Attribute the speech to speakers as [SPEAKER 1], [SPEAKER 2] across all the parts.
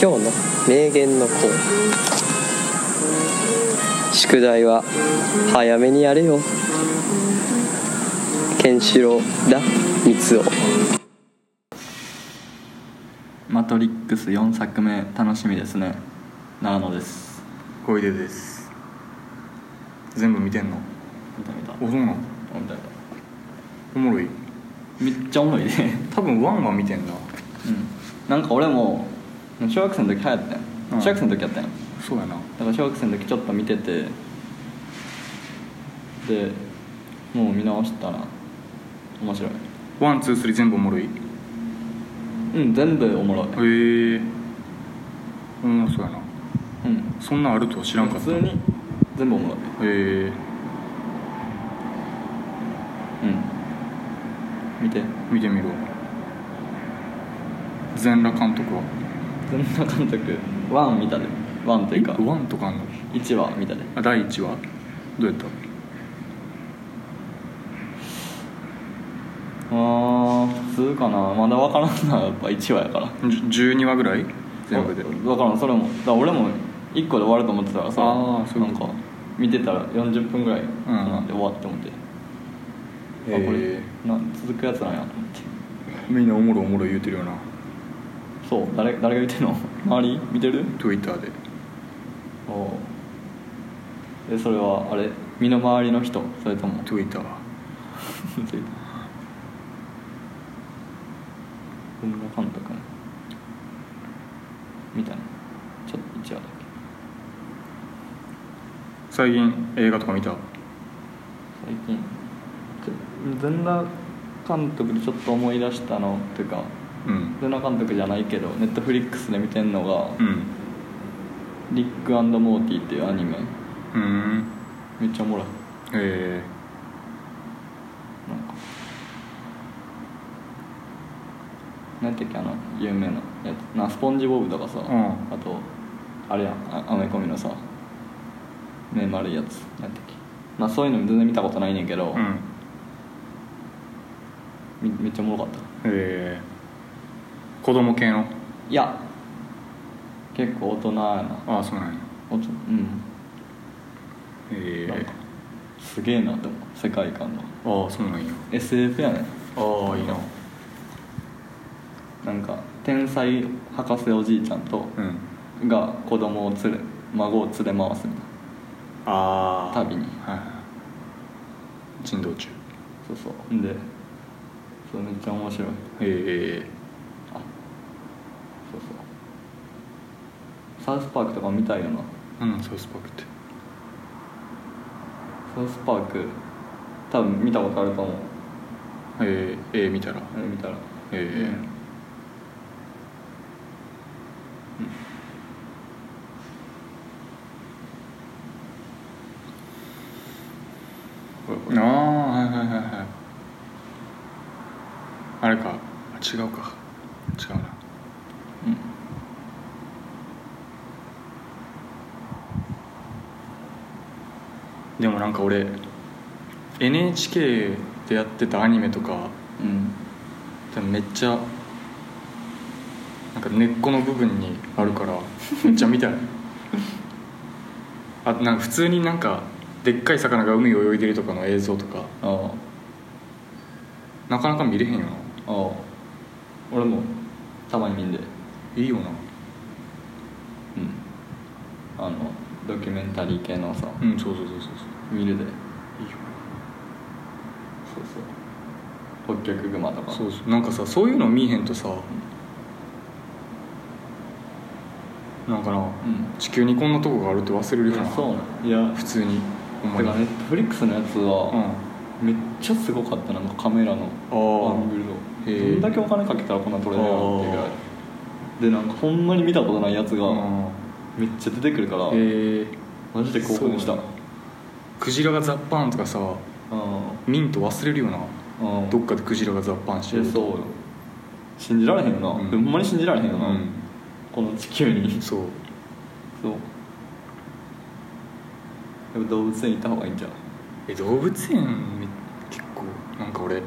[SPEAKER 1] 今日の名言のコーナー宿題は早めにやれよケンシロウだ三つを
[SPEAKER 2] マトリックス4作目楽しみですね長野です
[SPEAKER 3] 小出です全部見てんの
[SPEAKER 2] 見た見た
[SPEAKER 3] おそうなの
[SPEAKER 2] 見た見た
[SPEAKER 3] おもろい
[SPEAKER 2] めっちゃおもろいね
[SPEAKER 3] 多分ワンは見てんな
[SPEAKER 2] うんなんか俺も小学生の時流行ったん、
[SPEAKER 3] うん
[SPEAKER 2] 小学生の時やったんや
[SPEAKER 3] そうやな
[SPEAKER 2] だから小学生の時ちょっと見ててでもう見直したら面白い
[SPEAKER 3] ワンツースリー全部おもろいへ
[SPEAKER 2] うん全部おもろい
[SPEAKER 3] えおもろそうやな
[SPEAKER 2] うん
[SPEAKER 3] そんなんあるとは知らんかっ
[SPEAKER 2] 普通
[SPEAKER 3] たへ
[SPEAKER 2] に全部おもろい
[SPEAKER 3] え
[SPEAKER 2] うん見て
[SPEAKER 3] 見てみろ全裸監督は
[SPEAKER 2] 全裸監督ワン見たでワンというか
[SPEAKER 3] ワンとかあんの
[SPEAKER 2] 1話見たで
[SPEAKER 3] あ第1話どうやった
[SPEAKER 2] ああ普通かなまだ分からんなやっぱ1話やから
[SPEAKER 3] じゅ12話ぐらい全部で
[SPEAKER 2] 分からんそれもだから俺も1個で終わると思ってたからさ
[SPEAKER 3] あーそういう
[SPEAKER 2] なん
[SPEAKER 3] こと
[SPEAKER 2] か見てたら40分ぐらいなんで終わって思って、あこれ
[SPEAKER 3] え
[SPEAKER 2] なん続くやつなんやと思って
[SPEAKER 3] えみんなおもろおもろ言うてるよな
[SPEAKER 2] そう誰誰が見てんの周り見てる
[SPEAKER 3] Twitter で
[SPEAKER 2] おおうえそれはあれ身の回りの人それと も
[SPEAKER 3] Twitter
[SPEAKER 2] 全裸監督のみたいなちょっと1話だけ
[SPEAKER 3] 最近映画とか見た
[SPEAKER 2] 最近ちょ全裸監督でちょっと思い出したのっていうか
[SPEAKER 3] うん
[SPEAKER 2] 全裸監督じゃないけどネットフリックスで見てんのが
[SPEAKER 3] うん
[SPEAKER 2] 「リックモーティー」っていうアニメ
[SPEAKER 3] うーん
[SPEAKER 2] めっちゃおもろい
[SPEAKER 3] え
[SPEAKER 2] なんかなんていうっけあの有名なやつなスポンジボブとかさ、
[SPEAKER 3] ん
[SPEAKER 2] あとあれやあアメコミのさ目丸いやつなんていうっけまあそういうの全然見たことないねんけど
[SPEAKER 3] ー、うん
[SPEAKER 2] みめっちゃおもろかった
[SPEAKER 3] えー、子供系の
[SPEAKER 2] いや結構大人やな
[SPEAKER 3] ああそうなんや
[SPEAKER 2] 大人うん
[SPEAKER 3] え
[SPEAKER 2] なんかすげえなと思う世界観が
[SPEAKER 3] ー、ああそうなんや
[SPEAKER 2] SF やね
[SPEAKER 3] ああいいな
[SPEAKER 2] なんか天才博士おじいちゃんと
[SPEAKER 3] うん
[SPEAKER 2] が子供を連れ孫を連れ回すみたいな
[SPEAKER 3] あ
[SPEAKER 2] 旅に
[SPEAKER 3] はい人道中
[SPEAKER 2] そうそうんでそうめっちゃ面白い
[SPEAKER 3] ええ
[SPEAKER 2] あそうそうサウスパークとか見たいよな
[SPEAKER 3] ー、うんサウスパークって
[SPEAKER 2] サウスパーク多分見たことあると思う
[SPEAKER 3] えー、えー、見たら
[SPEAKER 2] あれ見たら
[SPEAKER 3] え
[SPEAKER 2] これこ
[SPEAKER 3] ー、ああはいはいはいはいあれかあ違うか違うな
[SPEAKER 2] うん
[SPEAKER 3] でもなんか俺 NHK でやってたアニメとか
[SPEAKER 2] うん
[SPEAKER 3] でもめっちゃなんか根っこの部分にあるからめっちゃ見たい あなんか普通になんかでっかい魚が海を泳いでるとかの映像とか
[SPEAKER 2] ああ
[SPEAKER 3] なかなか見れへんよな
[SPEAKER 2] ああ俺もたまに見んで
[SPEAKER 3] いいよな
[SPEAKER 2] うんあのドキュメンタリー系のさ
[SPEAKER 3] うんそうそうそうそうそ
[SPEAKER 2] 見るで
[SPEAKER 3] ういいよ
[SPEAKER 2] そうそう北極熊とか
[SPEAKER 3] そうそうなんかさそういうの見えへんとさなんかな、
[SPEAKER 2] ん
[SPEAKER 3] 地球にこんなとこがあるって忘れるよ
[SPEAKER 2] い
[SPEAKER 3] な
[SPEAKER 2] やそうなんいや
[SPEAKER 3] 普通に思
[SPEAKER 2] て
[SPEAKER 3] い
[SPEAKER 2] かネットフリックスのやつ
[SPEAKER 3] う
[SPEAKER 2] は、
[SPEAKER 3] ん
[SPEAKER 2] めっちゃすごかったなんかカメラの
[SPEAKER 3] あー
[SPEAKER 2] アングルの
[SPEAKER 3] へ
[SPEAKER 2] ど
[SPEAKER 3] ー
[SPEAKER 2] んだけお金かけたらこんな撮れるのっていうぐらいでなんかほんまに見たことないやつが
[SPEAKER 3] あ
[SPEAKER 2] めっちゃ出てくるから、
[SPEAKER 3] あへえ
[SPEAKER 2] マジで興奮した
[SPEAKER 3] そうクジラがザッパーンとかさ
[SPEAKER 2] あ
[SPEAKER 3] ミント忘れるよな
[SPEAKER 2] あ
[SPEAKER 3] どっかでクジラがザッパンして
[SPEAKER 2] いや
[SPEAKER 3] る
[SPEAKER 2] そうよ信じられへんよな、
[SPEAKER 3] うん
[SPEAKER 2] ほんまに信じられへんよな、
[SPEAKER 3] うん
[SPEAKER 2] この地球に
[SPEAKER 3] そう
[SPEAKER 2] そうやっぱ動物園行った方がいいんじゃん
[SPEAKER 3] え動物園め結構なんか俺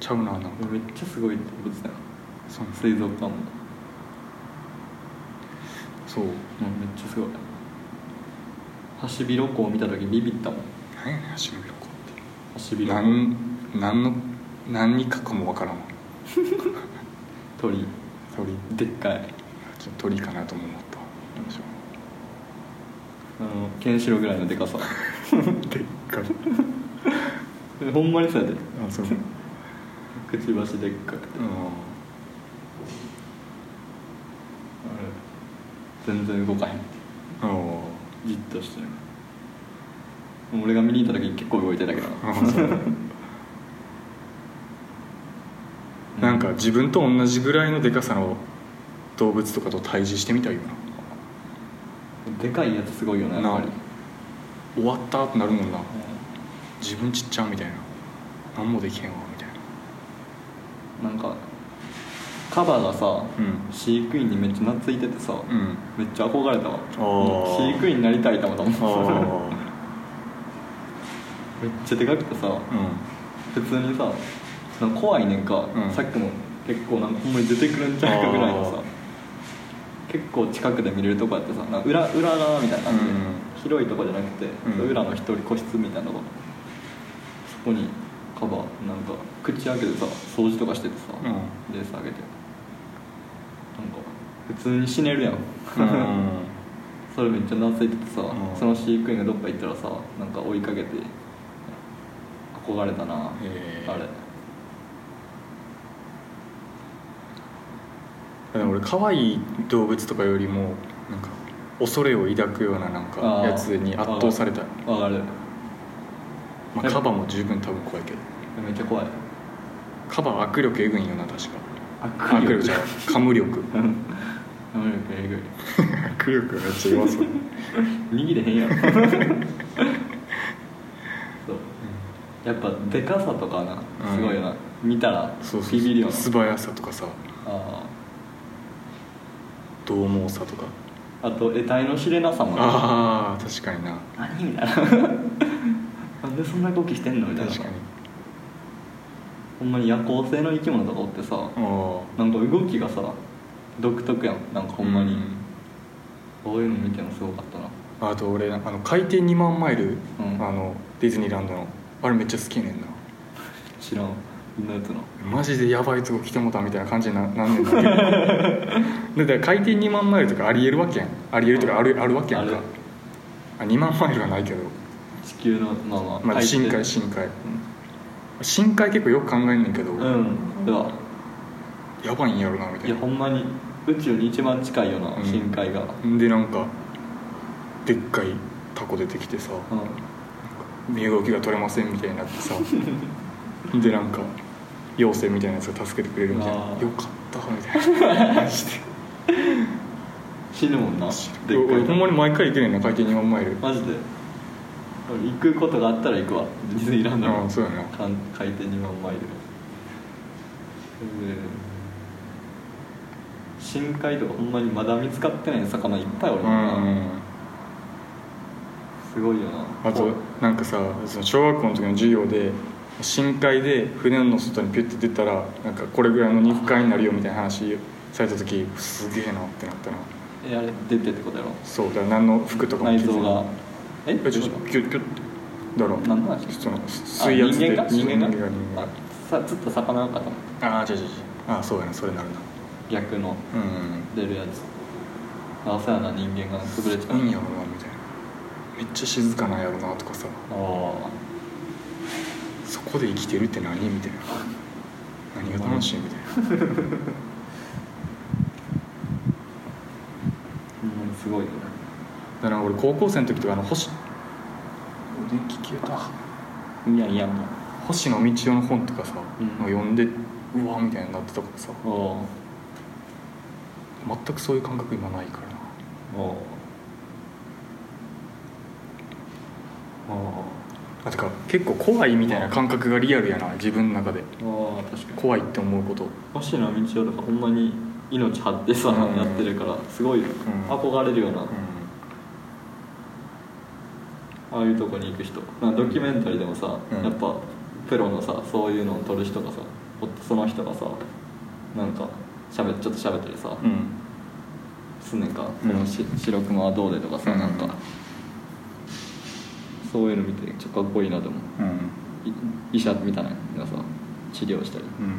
[SPEAKER 3] ちゃうななんか
[SPEAKER 2] めっちゃすごい動物園
[SPEAKER 3] そう
[SPEAKER 2] 水族館も、
[SPEAKER 3] そう
[SPEAKER 2] うん、めっちゃすごいハシビロコウ見た時ビビったもん
[SPEAKER 3] 何やねんハシビロコウって
[SPEAKER 2] ハシビロコウ
[SPEAKER 3] 何何の何にかかもわからんわ
[SPEAKER 2] 鳥
[SPEAKER 3] 鳥
[SPEAKER 2] でっかい
[SPEAKER 3] ちょっと鳥かなとも思ったわどうしよ
[SPEAKER 2] あのケンシロウぐらいのでか さ
[SPEAKER 3] うでっかい
[SPEAKER 2] ほんまにそうやで
[SPEAKER 3] あそう
[SPEAKER 2] くちばしでっかくて
[SPEAKER 3] う
[SPEAKER 2] 全然動かへん
[SPEAKER 3] んお
[SPEAKER 2] じっとしてる俺が見に行った時結構動いてたけど
[SPEAKER 3] あそう なんか自分と同じぐらいのでかさの動物とかと対峙してみたいよ
[SPEAKER 2] でかいやつすごいよね
[SPEAKER 3] な
[SPEAKER 2] やっ
[SPEAKER 3] な
[SPEAKER 2] ぱ
[SPEAKER 3] あ
[SPEAKER 2] り
[SPEAKER 3] 終わったってなるもんな自分ちっちゃみたいな何もできへんわみたいな
[SPEAKER 2] なんかカバがさ、
[SPEAKER 3] うん
[SPEAKER 2] 飼育員にめっちゃ懐いててさ、
[SPEAKER 3] うん
[SPEAKER 2] めっちゃ憧れたわ
[SPEAKER 3] ー
[SPEAKER 2] 飼育員になりたいと思ったもん
[SPEAKER 3] あ
[SPEAKER 2] めっちゃでかくてさ
[SPEAKER 3] あうん
[SPEAKER 2] 普通にさなんか怖いねんか、
[SPEAKER 3] うん
[SPEAKER 2] さっきも結構なんかほんまに出てくるんちゃうかぐらいのさ結構近くで見れるとこやってさなんか裏裏側みたいな感じで、
[SPEAKER 3] うん
[SPEAKER 2] 広いとこじゃなくて、
[SPEAKER 3] うん
[SPEAKER 2] 裏の一人個室みたいなとこそこにカバーなんか口開けてさ掃除とかしててさ、
[SPEAKER 3] う
[SPEAKER 2] レース上げてなんか普通に死ねるやん、
[SPEAKER 3] うん
[SPEAKER 2] それめっちゃ懐いててさ、
[SPEAKER 3] うん
[SPEAKER 2] その飼育員がどっか行ったらさなんか追いかけて憧れたな、
[SPEAKER 3] へえ
[SPEAKER 2] あれ
[SPEAKER 3] でも俺可愛い動物とかよりもなんか恐れを抱くようななんか
[SPEAKER 2] あー
[SPEAKER 3] やつに圧倒された、
[SPEAKER 2] わかる
[SPEAKER 3] まあ、カバも十分多分怖いけど
[SPEAKER 2] めっちゃ怖い
[SPEAKER 3] カバは握力えぐいんよな確か
[SPEAKER 2] 握力
[SPEAKER 3] じゃない噛む
[SPEAKER 2] 握
[SPEAKER 3] 力
[SPEAKER 2] 力えぐい
[SPEAKER 3] 握力めっちゃ弱そう、
[SPEAKER 2] 握れへんやろ そうやっぱでかさとかな
[SPEAKER 3] うん
[SPEAKER 2] すごいよな、見たら
[SPEAKER 3] そうそう
[SPEAKER 2] ビビるよな
[SPEAKER 3] 素早さとかさ
[SPEAKER 2] あ
[SPEAKER 3] 獰猛さとか
[SPEAKER 2] ーあと得体の知れなさもな
[SPEAKER 3] ああ確かにな
[SPEAKER 2] 何みたいな なんでそんな動きしてんのみたいな
[SPEAKER 3] 確かに
[SPEAKER 2] ほんまに夜行性の生き物とかおってさ
[SPEAKER 3] あ
[SPEAKER 2] なんか動きがさ独特やんなんか
[SPEAKER 3] あ
[SPEAKER 2] ほんまに、こういうの見てもすごかったな
[SPEAKER 3] あと俺あの海底2万マイル、
[SPEAKER 2] うん
[SPEAKER 3] あのディズニーランドのあれめっちゃ好きやねんな
[SPEAKER 2] 知らんみんなやつな
[SPEAKER 3] マジでやばいとこ来てもうたみたいな感じになな んねんなだって海底2万マイルとかありえるわけやんありえるとかあるあるわけやん
[SPEAKER 2] あ
[SPEAKER 3] か
[SPEAKER 2] る
[SPEAKER 3] あ2万マイルはないけど、
[SPEAKER 2] 地球のまあまあ、
[SPEAKER 3] まあ、
[SPEAKER 2] 海底
[SPEAKER 3] 深海深海深海結構よく考えんねんけど、
[SPEAKER 2] うんでは
[SPEAKER 3] やばいんやろなみた
[SPEAKER 2] い
[SPEAKER 3] い
[SPEAKER 2] やほんまに宇宙に一番近いよな、
[SPEAKER 3] うん
[SPEAKER 2] 深海が、うん、
[SPEAKER 3] なでなんかでっかいタコ出てきてさ身動きが取れませんみたいになってさでなんか妖精みたいなやつが助けてくれるみたいな
[SPEAKER 2] あー
[SPEAKER 3] よかったみたいなマジで
[SPEAKER 2] 死ぬもんなでっか
[SPEAKER 3] 俺
[SPEAKER 2] い
[SPEAKER 3] ほんまに毎回行くねんな海底2万マイル
[SPEAKER 2] マジで俺行くことがあったら行くわディズニーランド
[SPEAKER 3] あ
[SPEAKER 2] の
[SPEAKER 3] あそうやな
[SPEAKER 2] かん海底2万マイルうん深海とかほんまにまだ見つかってない魚いっぱいおるもんな、
[SPEAKER 3] うん
[SPEAKER 2] すごいよな
[SPEAKER 3] あ
[SPEAKER 2] こ
[SPEAKER 3] と
[SPEAKER 2] う
[SPEAKER 3] なんかさその小学校の時の授業で深海で船の外にピュッて出たらなんかこれぐらいの肉塊になるよみたいな話された時すげえなってなったな
[SPEAKER 2] えあれ出てってことやろ
[SPEAKER 3] そうだから何の服とかも
[SPEAKER 2] 内
[SPEAKER 3] 着て
[SPEAKER 2] 臓がえ
[SPEAKER 3] えちょちょキュッキュッてだから
[SPEAKER 2] 何の話
[SPEAKER 3] その
[SPEAKER 2] あ
[SPEAKER 3] 水
[SPEAKER 2] 人
[SPEAKER 3] 圧で
[SPEAKER 2] 間が人間が
[SPEAKER 3] 人間が
[SPEAKER 2] あさずっと魚かと思った
[SPEAKER 3] ああ違う違う違うああそうやなそれなるな
[SPEAKER 2] 逆の
[SPEAKER 3] うん
[SPEAKER 2] 出るやつあそうやな人間が潰れちゃう
[SPEAKER 3] いいんやろなみたいなめっちゃ静かなんやろなとかさ
[SPEAKER 2] あ
[SPEAKER 3] そこで生きてるって何みたいな何が楽しいみたいな
[SPEAKER 2] あうんすごいよね
[SPEAKER 3] だから俺高校生の時とかあの星電気消えた
[SPEAKER 2] いやいやもう
[SPEAKER 3] 星野道夫の本とかさ、
[SPEAKER 2] うん
[SPEAKER 3] 読んでうわみたいになってたからさ
[SPEAKER 2] お
[SPEAKER 3] 全くそういう感覚今ないからな
[SPEAKER 2] おお
[SPEAKER 3] あてか結構怖いみたいな感覚がリアルやな自分の中で
[SPEAKER 2] お確かに
[SPEAKER 3] 怖いって思うこと
[SPEAKER 2] 星野道夫とかほんまに命張ってさ、
[SPEAKER 3] うん
[SPEAKER 2] やってるからすごい憧れるような、
[SPEAKER 3] う
[SPEAKER 2] ああいうとこに行く人なんかドキュメンタリーでもさ、
[SPEAKER 3] うん
[SPEAKER 2] やっぱプロのさそういうのを撮る人がさおその人がさなんかしゃべちょっと喋ったりさ、
[SPEAKER 3] うん
[SPEAKER 2] すんねんか、
[SPEAKER 3] うん
[SPEAKER 2] そのし白熊はどうでとかさ、
[SPEAKER 3] うん
[SPEAKER 2] なんかそういうの見てちょっとかっこいいなと思う
[SPEAKER 3] うん
[SPEAKER 2] い医者みたいなのがさ治療したり
[SPEAKER 3] うん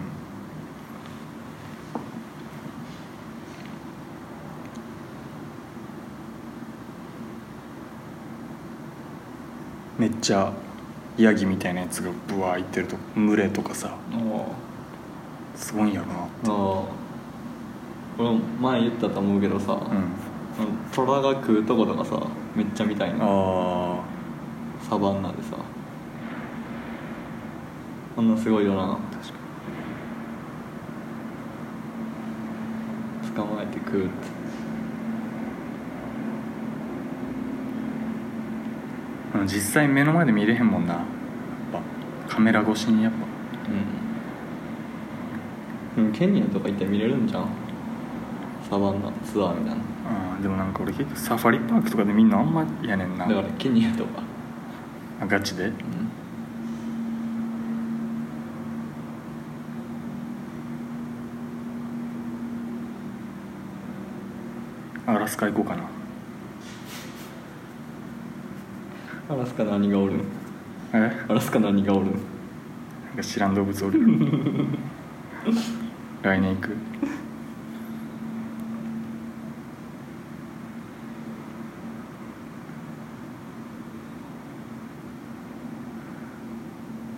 [SPEAKER 3] めっちゃヤギみたいなやつがブワーいってると群れとかさすごいんやろな
[SPEAKER 2] ああ俺も前言ったと思うけどさ、
[SPEAKER 3] うん
[SPEAKER 2] あの虎が食うとことかさめっちゃ見たいな
[SPEAKER 3] あ
[SPEAKER 2] サバンナでさあんなすごいよな
[SPEAKER 3] あ確か
[SPEAKER 2] 捕まえて食うって
[SPEAKER 3] に実際目の前で見れへんもんなやっぱカメラ越しにやっぱ
[SPEAKER 2] うんでもケニアとか行って見れるんじゃんサバンナツアーみたいな
[SPEAKER 3] うんでもなんか俺結局サファリパークとかでみんなあんまやねんな
[SPEAKER 2] だからケニアとか
[SPEAKER 3] あガチでアラスカ行こうかな
[SPEAKER 2] アラスカ何がおるん
[SPEAKER 3] えなん
[SPEAKER 2] アラスカ何がおるん
[SPEAKER 3] か知らん動物おる来年行く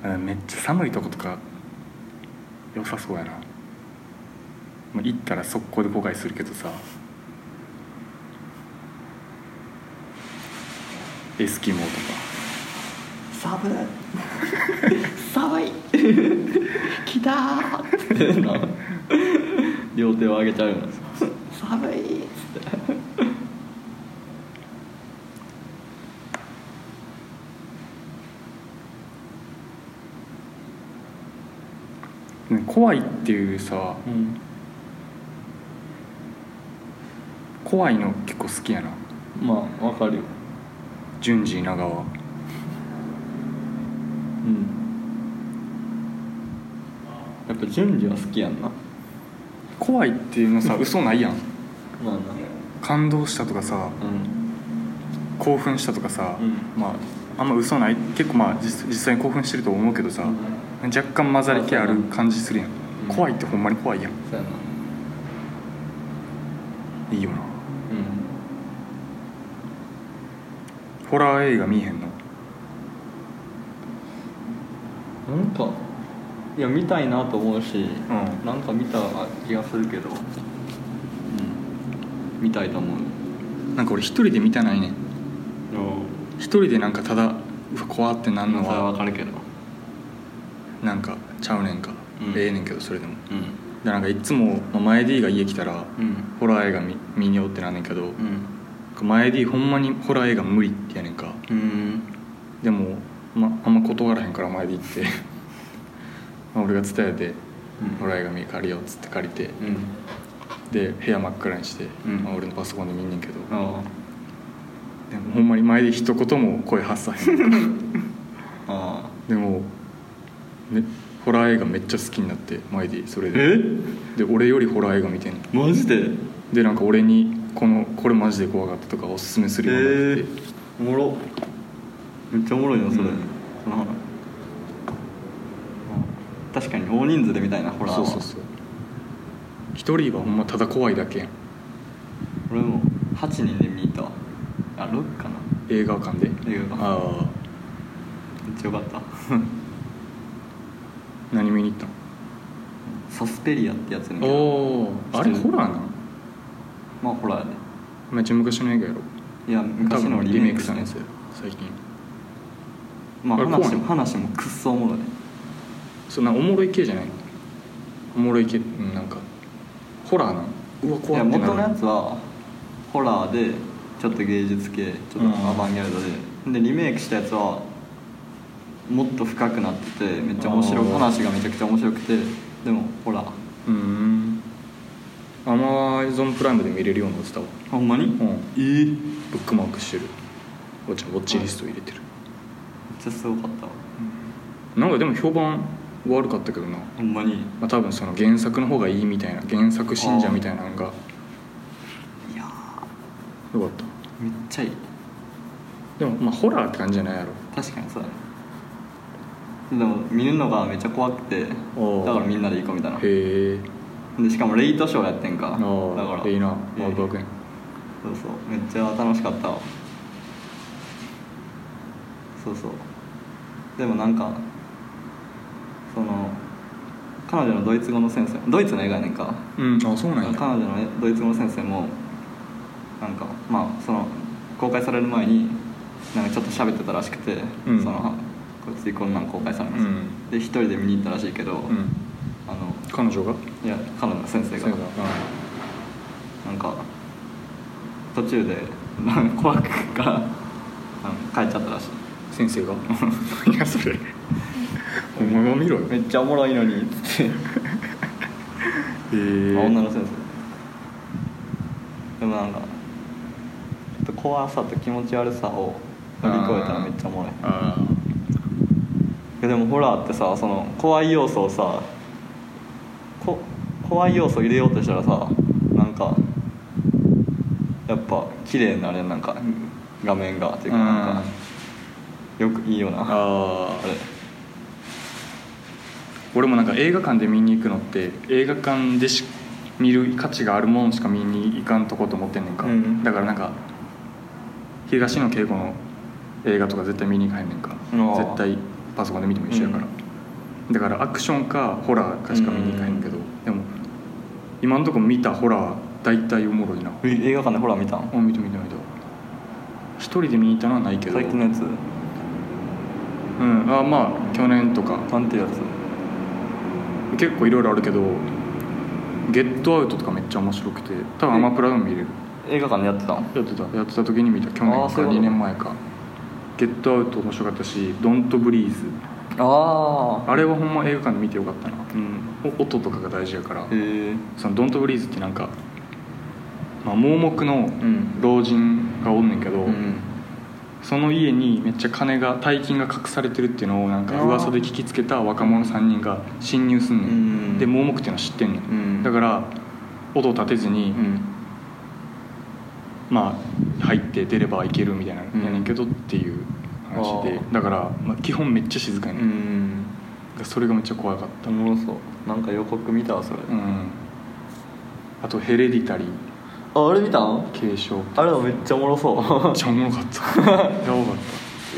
[SPEAKER 3] あめっちゃ寒いとことか良さそうやなもう行ったら速攻で後悔するけどさエスキモーとか
[SPEAKER 2] 寒い寒い 来たーってな両手を上げちゃうよな寒いっつって
[SPEAKER 3] ね怖いっていうさ
[SPEAKER 2] うん
[SPEAKER 3] 怖いの結構好きやな
[SPEAKER 2] まあわかるよ
[SPEAKER 3] 順次長は
[SPEAKER 2] うんやっぱ順次は好きやんな
[SPEAKER 3] 怖いっていうのさ嘘ないやん
[SPEAKER 2] まあな
[SPEAKER 3] 感動したとかさ
[SPEAKER 2] うん
[SPEAKER 3] 興奮したとかさ、
[SPEAKER 2] う
[SPEAKER 3] まああんま嘘ない結構まあ実実際に興奮してると思うけどさ、若干混ざり気ある感じするやん、
[SPEAKER 2] うん
[SPEAKER 3] 怖いってほんまに怖いやん
[SPEAKER 2] そうやない
[SPEAKER 3] いよな
[SPEAKER 2] うん
[SPEAKER 3] ホラー映画見えへんの
[SPEAKER 2] なんかいや見たいなと思うし、
[SPEAKER 3] ん
[SPEAKER 2] なんか見た気がするけど、うん、見たいと思う
[SPEAKER 3] なんか俺一人で見たないねん一人でなんかただうわ怖ってな
[SPEAKER 2] あ
[SPEAKER 3] んの
[SPEAKER 2] それはわ
[SPEAKER 3] は
[SPEAKER 2] かるけど
[SPEAKER 3] なんかちゃうねんか、
[SPEAKER 2] うん
[SPEAKER 3] ええねんけどそれでも
[SPEAKER 2] うん
[SPEAKER 3] でなんかいつも、まあ、前 D が家来たら、
[SPEAKER 2] うん
[SPEAKER 3] ホラー映画見見によってなんねんけど、
[SPEAKER 2] うん
[SPEAKER 3] 前 D ほんまにホラー映画無理ってやねんか
[SPEAKER 2] うん
[SPEAKER 3] でも、まあんま断らへんから前 D って まあ俺が伝えてホラー映画見借りようっつって借りて
[SPEAKER 2] うん
[SPEAKER 3] で部屋真っ暗にして、
[SPEAKER 2] うん
[SPEAKER 3] まあ、俺のパソコンで見んねんけど、
[SPEAKER 2] あ
[SPEAKER 3] でもほんまに前 D 一言も声発さへん
[SPEAKER 2] ああ
[SPEAKER 3] でも、ね、ホラー映画めっちゃ好きになって前 D それで
[SPEAKER 2] え
[SPEAKER 3] で俺よりホラー映画見てんの
[SPEAKER 2] マジで
[SPEAKER 3] でなんか俺にこのこれマジで怖かったとかおすすめするようになってて、
[SPEAKER 2] おもろめっちゃおもろいなそれ、
[SPEAKER 3] うん
[SPEAKER 2] その話確かに大人数でみたいなホラー
[SPEAKER 3] そ
[SPEAKER 2] は
[SPEAKER 3] うそうそう一人はほんまただ怖いだけやん
[SPEAKER 2] 俺も8人で見に行ったわあ6かな
[SPEAKER 3] 映画館で
[SPEAKER 2] 映画館
[SPEAKER 3] ああ
[SPEAKER 2] めっちゃよかった
[SPEAKER 3] 何見に行った
[SPEAKER 2] サスペリアってやつに
[SPEAKER 3] のおおあれホラーなん
[SPEAKER 2] まあホラーやで
[SPEAKER 3] めっちゃ昔の映画やろ
[SPEAKER 2] いや昔
[SPEAKER 3] 多
[SPEAKER 2] の
[SPEAKER 3] 分
[SPEAKER 2] リメイクした
[SPEAKER 3] の
[SPEAKER 2] や
[SPEAKER 3] や
[SPEAKER 2] つ
[SPEAKER 3] つや最近
[SPEAKER 2] まあ
[SPEAKER 3] あれ怖い
[SPEAKER 2] 話も話もくっそおもろいね
[SPEAKER 3] そんなおもろい系じゃないおもろい系うんなんかホラーなんうわ
[SPEAKER 2] い
[SPEAKER 3] 怖
[SPEAKER 2] や
[SPEAKER 3] ってな
[SPEAKER 2] 元
[SPEAKER 3] る
[SPEAKER 2] のやつはホラーでちょっと芸術系ちょっとアバンギャルドで、でリメイクしたやつはもっと深くなっててめっちゃ面白い
[SPEAKER 3] あー
[SPEAKER 2] 話がめちゃくちゃ面白くてでもホラー
[SPEAKER 3] うーんアマゾンプライムで見れるようになってたわ
[SPEAKER 2] ほんまに、
[SPEAKER 3] うん
[SPEAKER 2] えーめっ
[SPEAKER 3] ブックマークしてるおちゃんウォッチリスト入れてる、
[SPEAKER 2] ちゃすごかったわ
[SPEAKER 3] なんかでも評判悪かったけどな、
[SPEAKER 2] ほんまに
[SPEAKER 3] まあ、多分その原作の方がいいみたいな原作信者みたいなのがよ
[SPEAKER 2] いや
[SPEAKER 3] かった
[SPEAKER 2] めっちゃいい
[SPEAKER 3] でもまあホラーって感じじゃないやろ
[SPEAKER 2] 確かにそうだねでも見るのがめっちゃ怖くてだ
[SPEAKER 3] おう
[SPEAKER 2] からみんなで行こうみたいな
[SPEAKER 3] へえ
[SPEAKER 2] でしかもレイトショーやってんかだか
[SPEAKER 3] あ
[SPEAKER 2] ら
[SPEAKER 3] あいいなワ
[SPEAKER 2] ええ
[SPEAKER 3] クワクやん
[SPEAKER 2] そうそうめっちゃ楽しかったわそうそうでもなんかその彼女のドイツ語の先生ドイツの映画やねんか
[SPEAKER 3] うんあそう
[SPEAKER 2] 彼
[SPEAKER 3] なんや
[SPEAKER 2] 女のねドイツ語の先生もなんかまあその公開される前になんかちょっと喋ってたらしくて、
[SPEAKER 3] うん
[SPEAKER 2] そのこいつこんなん公開されます、
[SPEAKER 3] うん
[SPEAKER 2] で一人で見に行ったらしいけど、
[SPEAKER 3] うん
[SPEAKER 2] あの
[SPEAKER 3] 彼女が
[SPEAKER 2] いや彼女の先生が
[SPEAKER 3] そうだ
[SPEAKER 2] なんか途中でなんか怖くからあの帰っちゃったらしい
[SPEAKER 3] 先生が いやそ れお前が見ろよ
[SPEAKER 2] めっちゃおもろいのにっつって
[SPEAKER 3] えー
[SPEAKER 2] まあ女の先生でもなんかちょっと怖さと気持ち悪さを乗り越えたらめっちゃおもろいい
[SPEAKER 3] あ
[SPEAKER 2] やでもホラーってさその怖い要素をさこ怖い要素入れようとしたらさなんかやっぱ綺麗になるやんなんか画面がっていうかなんかよくいいよなあ
[SPEAKER 3] あ
[SPEAKER 2] れ
[SPEAKER 3] 俺もなんか映画館で見に行くのって映画館でし見る価値があるもんしか見に行かんとこと思ってんねんか、
[SPEAKER 2] うん
[SPEAKER 3] だからなんか東野圭吾の映画とか絶対見に行かへんねんか
[SPEAKER 2] ああ
[SPEAKER 3] 絶対パソコンで見ても一緒やから、だからアクションかホラーかしか見に行かへんけど、でも今んとこ見たホラー大体おもろいな
[SPEAKER 2] え映画館でホラー見たん
[SPEAKER 3] あ見た見た見た一人で見に行ったのはないけど
[SPEAKER 2] 最近のやつ
[SPEAKER 3] うんあまあ去年とか
[SPEAKER 2] なんていうやつ
[SPEAKER 3] 結構いろいろあるけど「ゲットアウト」とかめっちゃ面白くて多分アマプラでも見れる
[SPEAKER 2] 映画館でやってたん
[SPEAKER 3] やってたやってた時に見た去年
[SPEAKER 2] あー
[SPEAKER 3] か
[SPEAKER 2] そういうこと
[SPEAKER 3] 2年前か「ゲットアウト」面白かったし「ドントブリーズ
[SPEAKER 2] あ」あ
[SPEAKER 3] あれはほんま映画館で見てよかったな
[SPEAKER 2] うん
[SPEAKER 3] お音とかが大事やから
[SPEAKER 2] へえ
[SPEAKER 3] その「ドントブリーズ」ってなんか、まあ、盲目
[SPEAKER 2] う
[SPEAKER 3] の
[SPEAKER 2] ん
[SPEAKER 3] 老人がおんねんけど、
[SPEAKER 2] うん
[SPEAKER 3] その家にめっちゃ金が大金が隠されてるっていうのをなんか噂で聞きつけた若者3人が侵入すんね
[SPEAKER 2] うんん
[SPEAKER 3] で盲目っていうのは知ってんねん、
[SPEAKER 2] うん
[SPEAKER 3] だから音を立てずに、
[SPEAKER 2] うん
[SPEAKER 3] まあ入って出ればいけるみたいな
[SPEAKER 2] うん
[SPEAKER 3] やねんけどっていう話で、
[SPEAKER 2] あー
[SPEAKER 3] だから、まあ、基本めっちゃ静かや
[SPEAKER 2] う
[SPEAKER 3] ねん、
[SPEAKER 2] ん
[SPEAKER 3] だからそれがめっちゃ怖かった
[SPEAKER 2] おもろそうなんか予告見たわそれ、
[SPEAKER 3] うんあと「ヘレディタリー
[SPEAKER 2] ああれ見たん
[SPEAKER 3] 継承」
[SPEAKER 2] あれもめっちゃおもろ
[SPEAKER 3] め
[SPEAKER 2] そ
[SPEAKER 3] っちゃおもろかっ たやばかった
[SPEAKER 2] う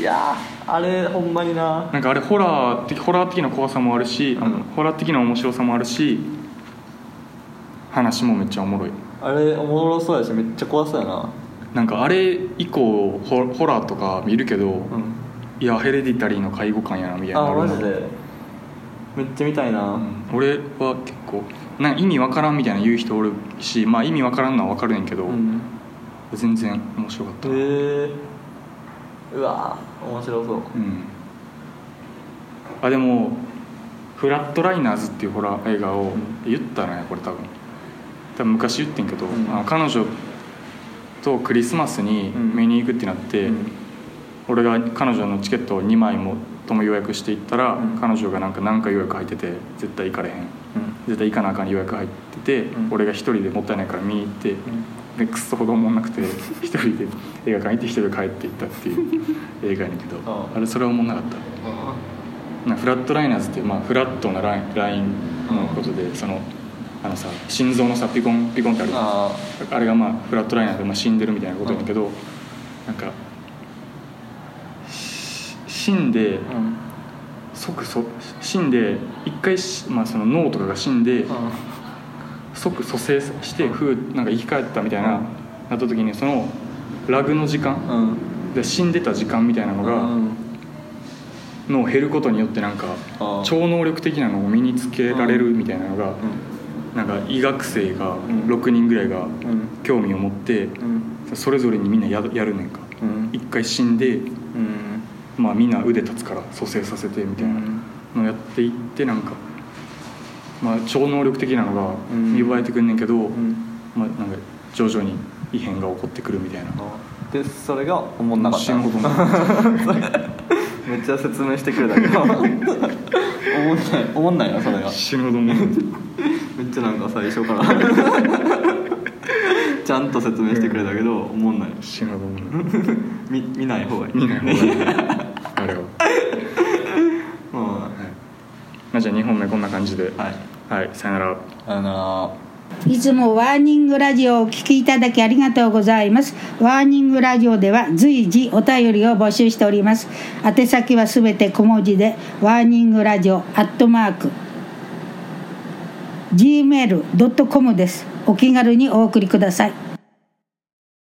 [SPEAKER 2] いやーあれほんまにな
[SPEAKER 3] なんかあれホラー的ホラー的な怖さもあるし、あの
[SPEAKER 2] うん
[SPEAKER 3] ホラー的な面白さもあるし話もめっちゃおもろい
[SPEAKER 2] あれおもろそうやしめっちゃ怖そうやな
[SPEAKER 3] なんかあれ以降ホホラーとか見るけど、
[SPEAKER 2] うん
[SPEAKER 3] いやヘレディタリーの介護官やなみたいな
[SPEAKER 2] あ
[SPEAKER 3] るな
[SPEAKER 2] マジでめっちゃ見たいな、
[SPEAKER 3] うん俺は結構なんか意味わからんみたいな言う人おるしまあ意味わからんのはわかるねんけど、
[SPEAKER 2] うん
[SPEAKER 3] 全然面白かった、
[SPEAKER 2] へえうわー面白そう
[SPEAKER 3] うんあでも「フラットライナーズ」っていうホラー映画を言ったねこれ多分多分昔言ってんけど、
[SPEAKER 2] うん
[SPEAKER 3] あの彼女とクリスマスに
[SPEAKER 2] うん
[SPEAKER 3] 見に行くってなって、
[SPEAKER 2] うん
[SPEAKER 3] 俺が彼女のチケットを2枚もとも予約していったら、
[SPEAKER 2] うん
[SPEAKER 3] 彼女がなんか何か予約入ってて絶対行かれへん絶対行かなあかん予約入ってて、
[SPEAKER 2] うん
[SPEAKER 3] 俺が一人でもったいないから見に行って、でクソほど思んなくて一人で映画館行って一人で帰っていったっていう 映画やねんけど
[SPEAKER 2] あ
[SPEAKER 3] あ
[SPEAKER 2] あ
[SPEAKER 3] れそれは思んなかったなフラットライナーズっていう、まあ、フラットなラインラインのことで、そのあのさ心臓のさピコンピコンってあるじゃんあ
[SPEAKER 2] あ
[SPEAKER 3] れがまあフラットライナーで、まあ、死んでるみたいなことやねんけど、なんかし死んで
[SPEAKER 2] あうん
[SPEAKER 3] 即そ死んで一回し、まあ、その脳とかが死んで、即蘇生してふうなんか生き返ったみたいな、
[SPEAKER 2] うん
[SPEAKER 3] なった時にそのラグの時間、
[SPEAKER 2] うんうん
[SPEAKER 3] で死んでた時間みたいなのが、
[SPEAKER 2] うん
[SPEAKER 3] の減ることによってなんか
[SPEAKER 2] あー
[SPEAKER 3] 超能力的なのを身につけられるみたいなのが、なんか医学生が
[SPEAKER 2] ん
[SPEAKER 3] 6人ぐらいが
[SPEAKER 2] うん
[SPEAKER 3] 興味を持って、
[SPEAKER 2] うん
[SPEAKER 3] それぞれにみんなややるねんか
[SPEAKER 2] うん
[SPEAKER 3] 一回死んで、
[SPEAKER 2] うん
[SPEAKER 3] まあ、みんな腕立つから蘇生させてみたい
[SPEAKER 2] う
[SPEAKER 3] な
[SPEAKER 2] ん
[SPEAKER 3] のをやっていってなんか、まあ、超能力的なのが
[SPEAKER 2] うん
[SPEAKER 3] 見奪えてくんねんけど、
[SPEAKER 2] うん
[SPEAKER 3] まあ、なんか徐々に異変が起こってくるみたいな
[SPEAKER 2] でそれがおもんなかった
[SPEAKER 3] 死ぬほど思った
[SPEAKER 2] めっちゃ説明してくれたけどおおもんないおもんないなそれが
[SPEAKER 3] 死ぬほど
[SPEAKER 2] め
[SPEAKER 3] も
[SPEAKER 2] っちゃなんか最初からちゃんと説明してくれたけど、おもんない
[SPEAKER 3] 死ぬほども
[SPEAKER 2] 見見ない方がいい
[SPEAKER 3] 見ない方がいい あれは、
[SPEAKER 2] ま
[SPEAKER 3] はいまあ、じゃあ2本目こんな感じで
[SPEAKER 2] あはい
[SPEAKER 3] はい、さよなら
[SPEAKER 2] あの
[SPEAKER 4] いつもワーニングラジオをお聞きいただきありがとうございます。ワーニングラジオでは随時お便りを募集しております。宛先はすべて小文字で、ワーニングラジオアットマーク、gmail.com です。お気軽にお送りください。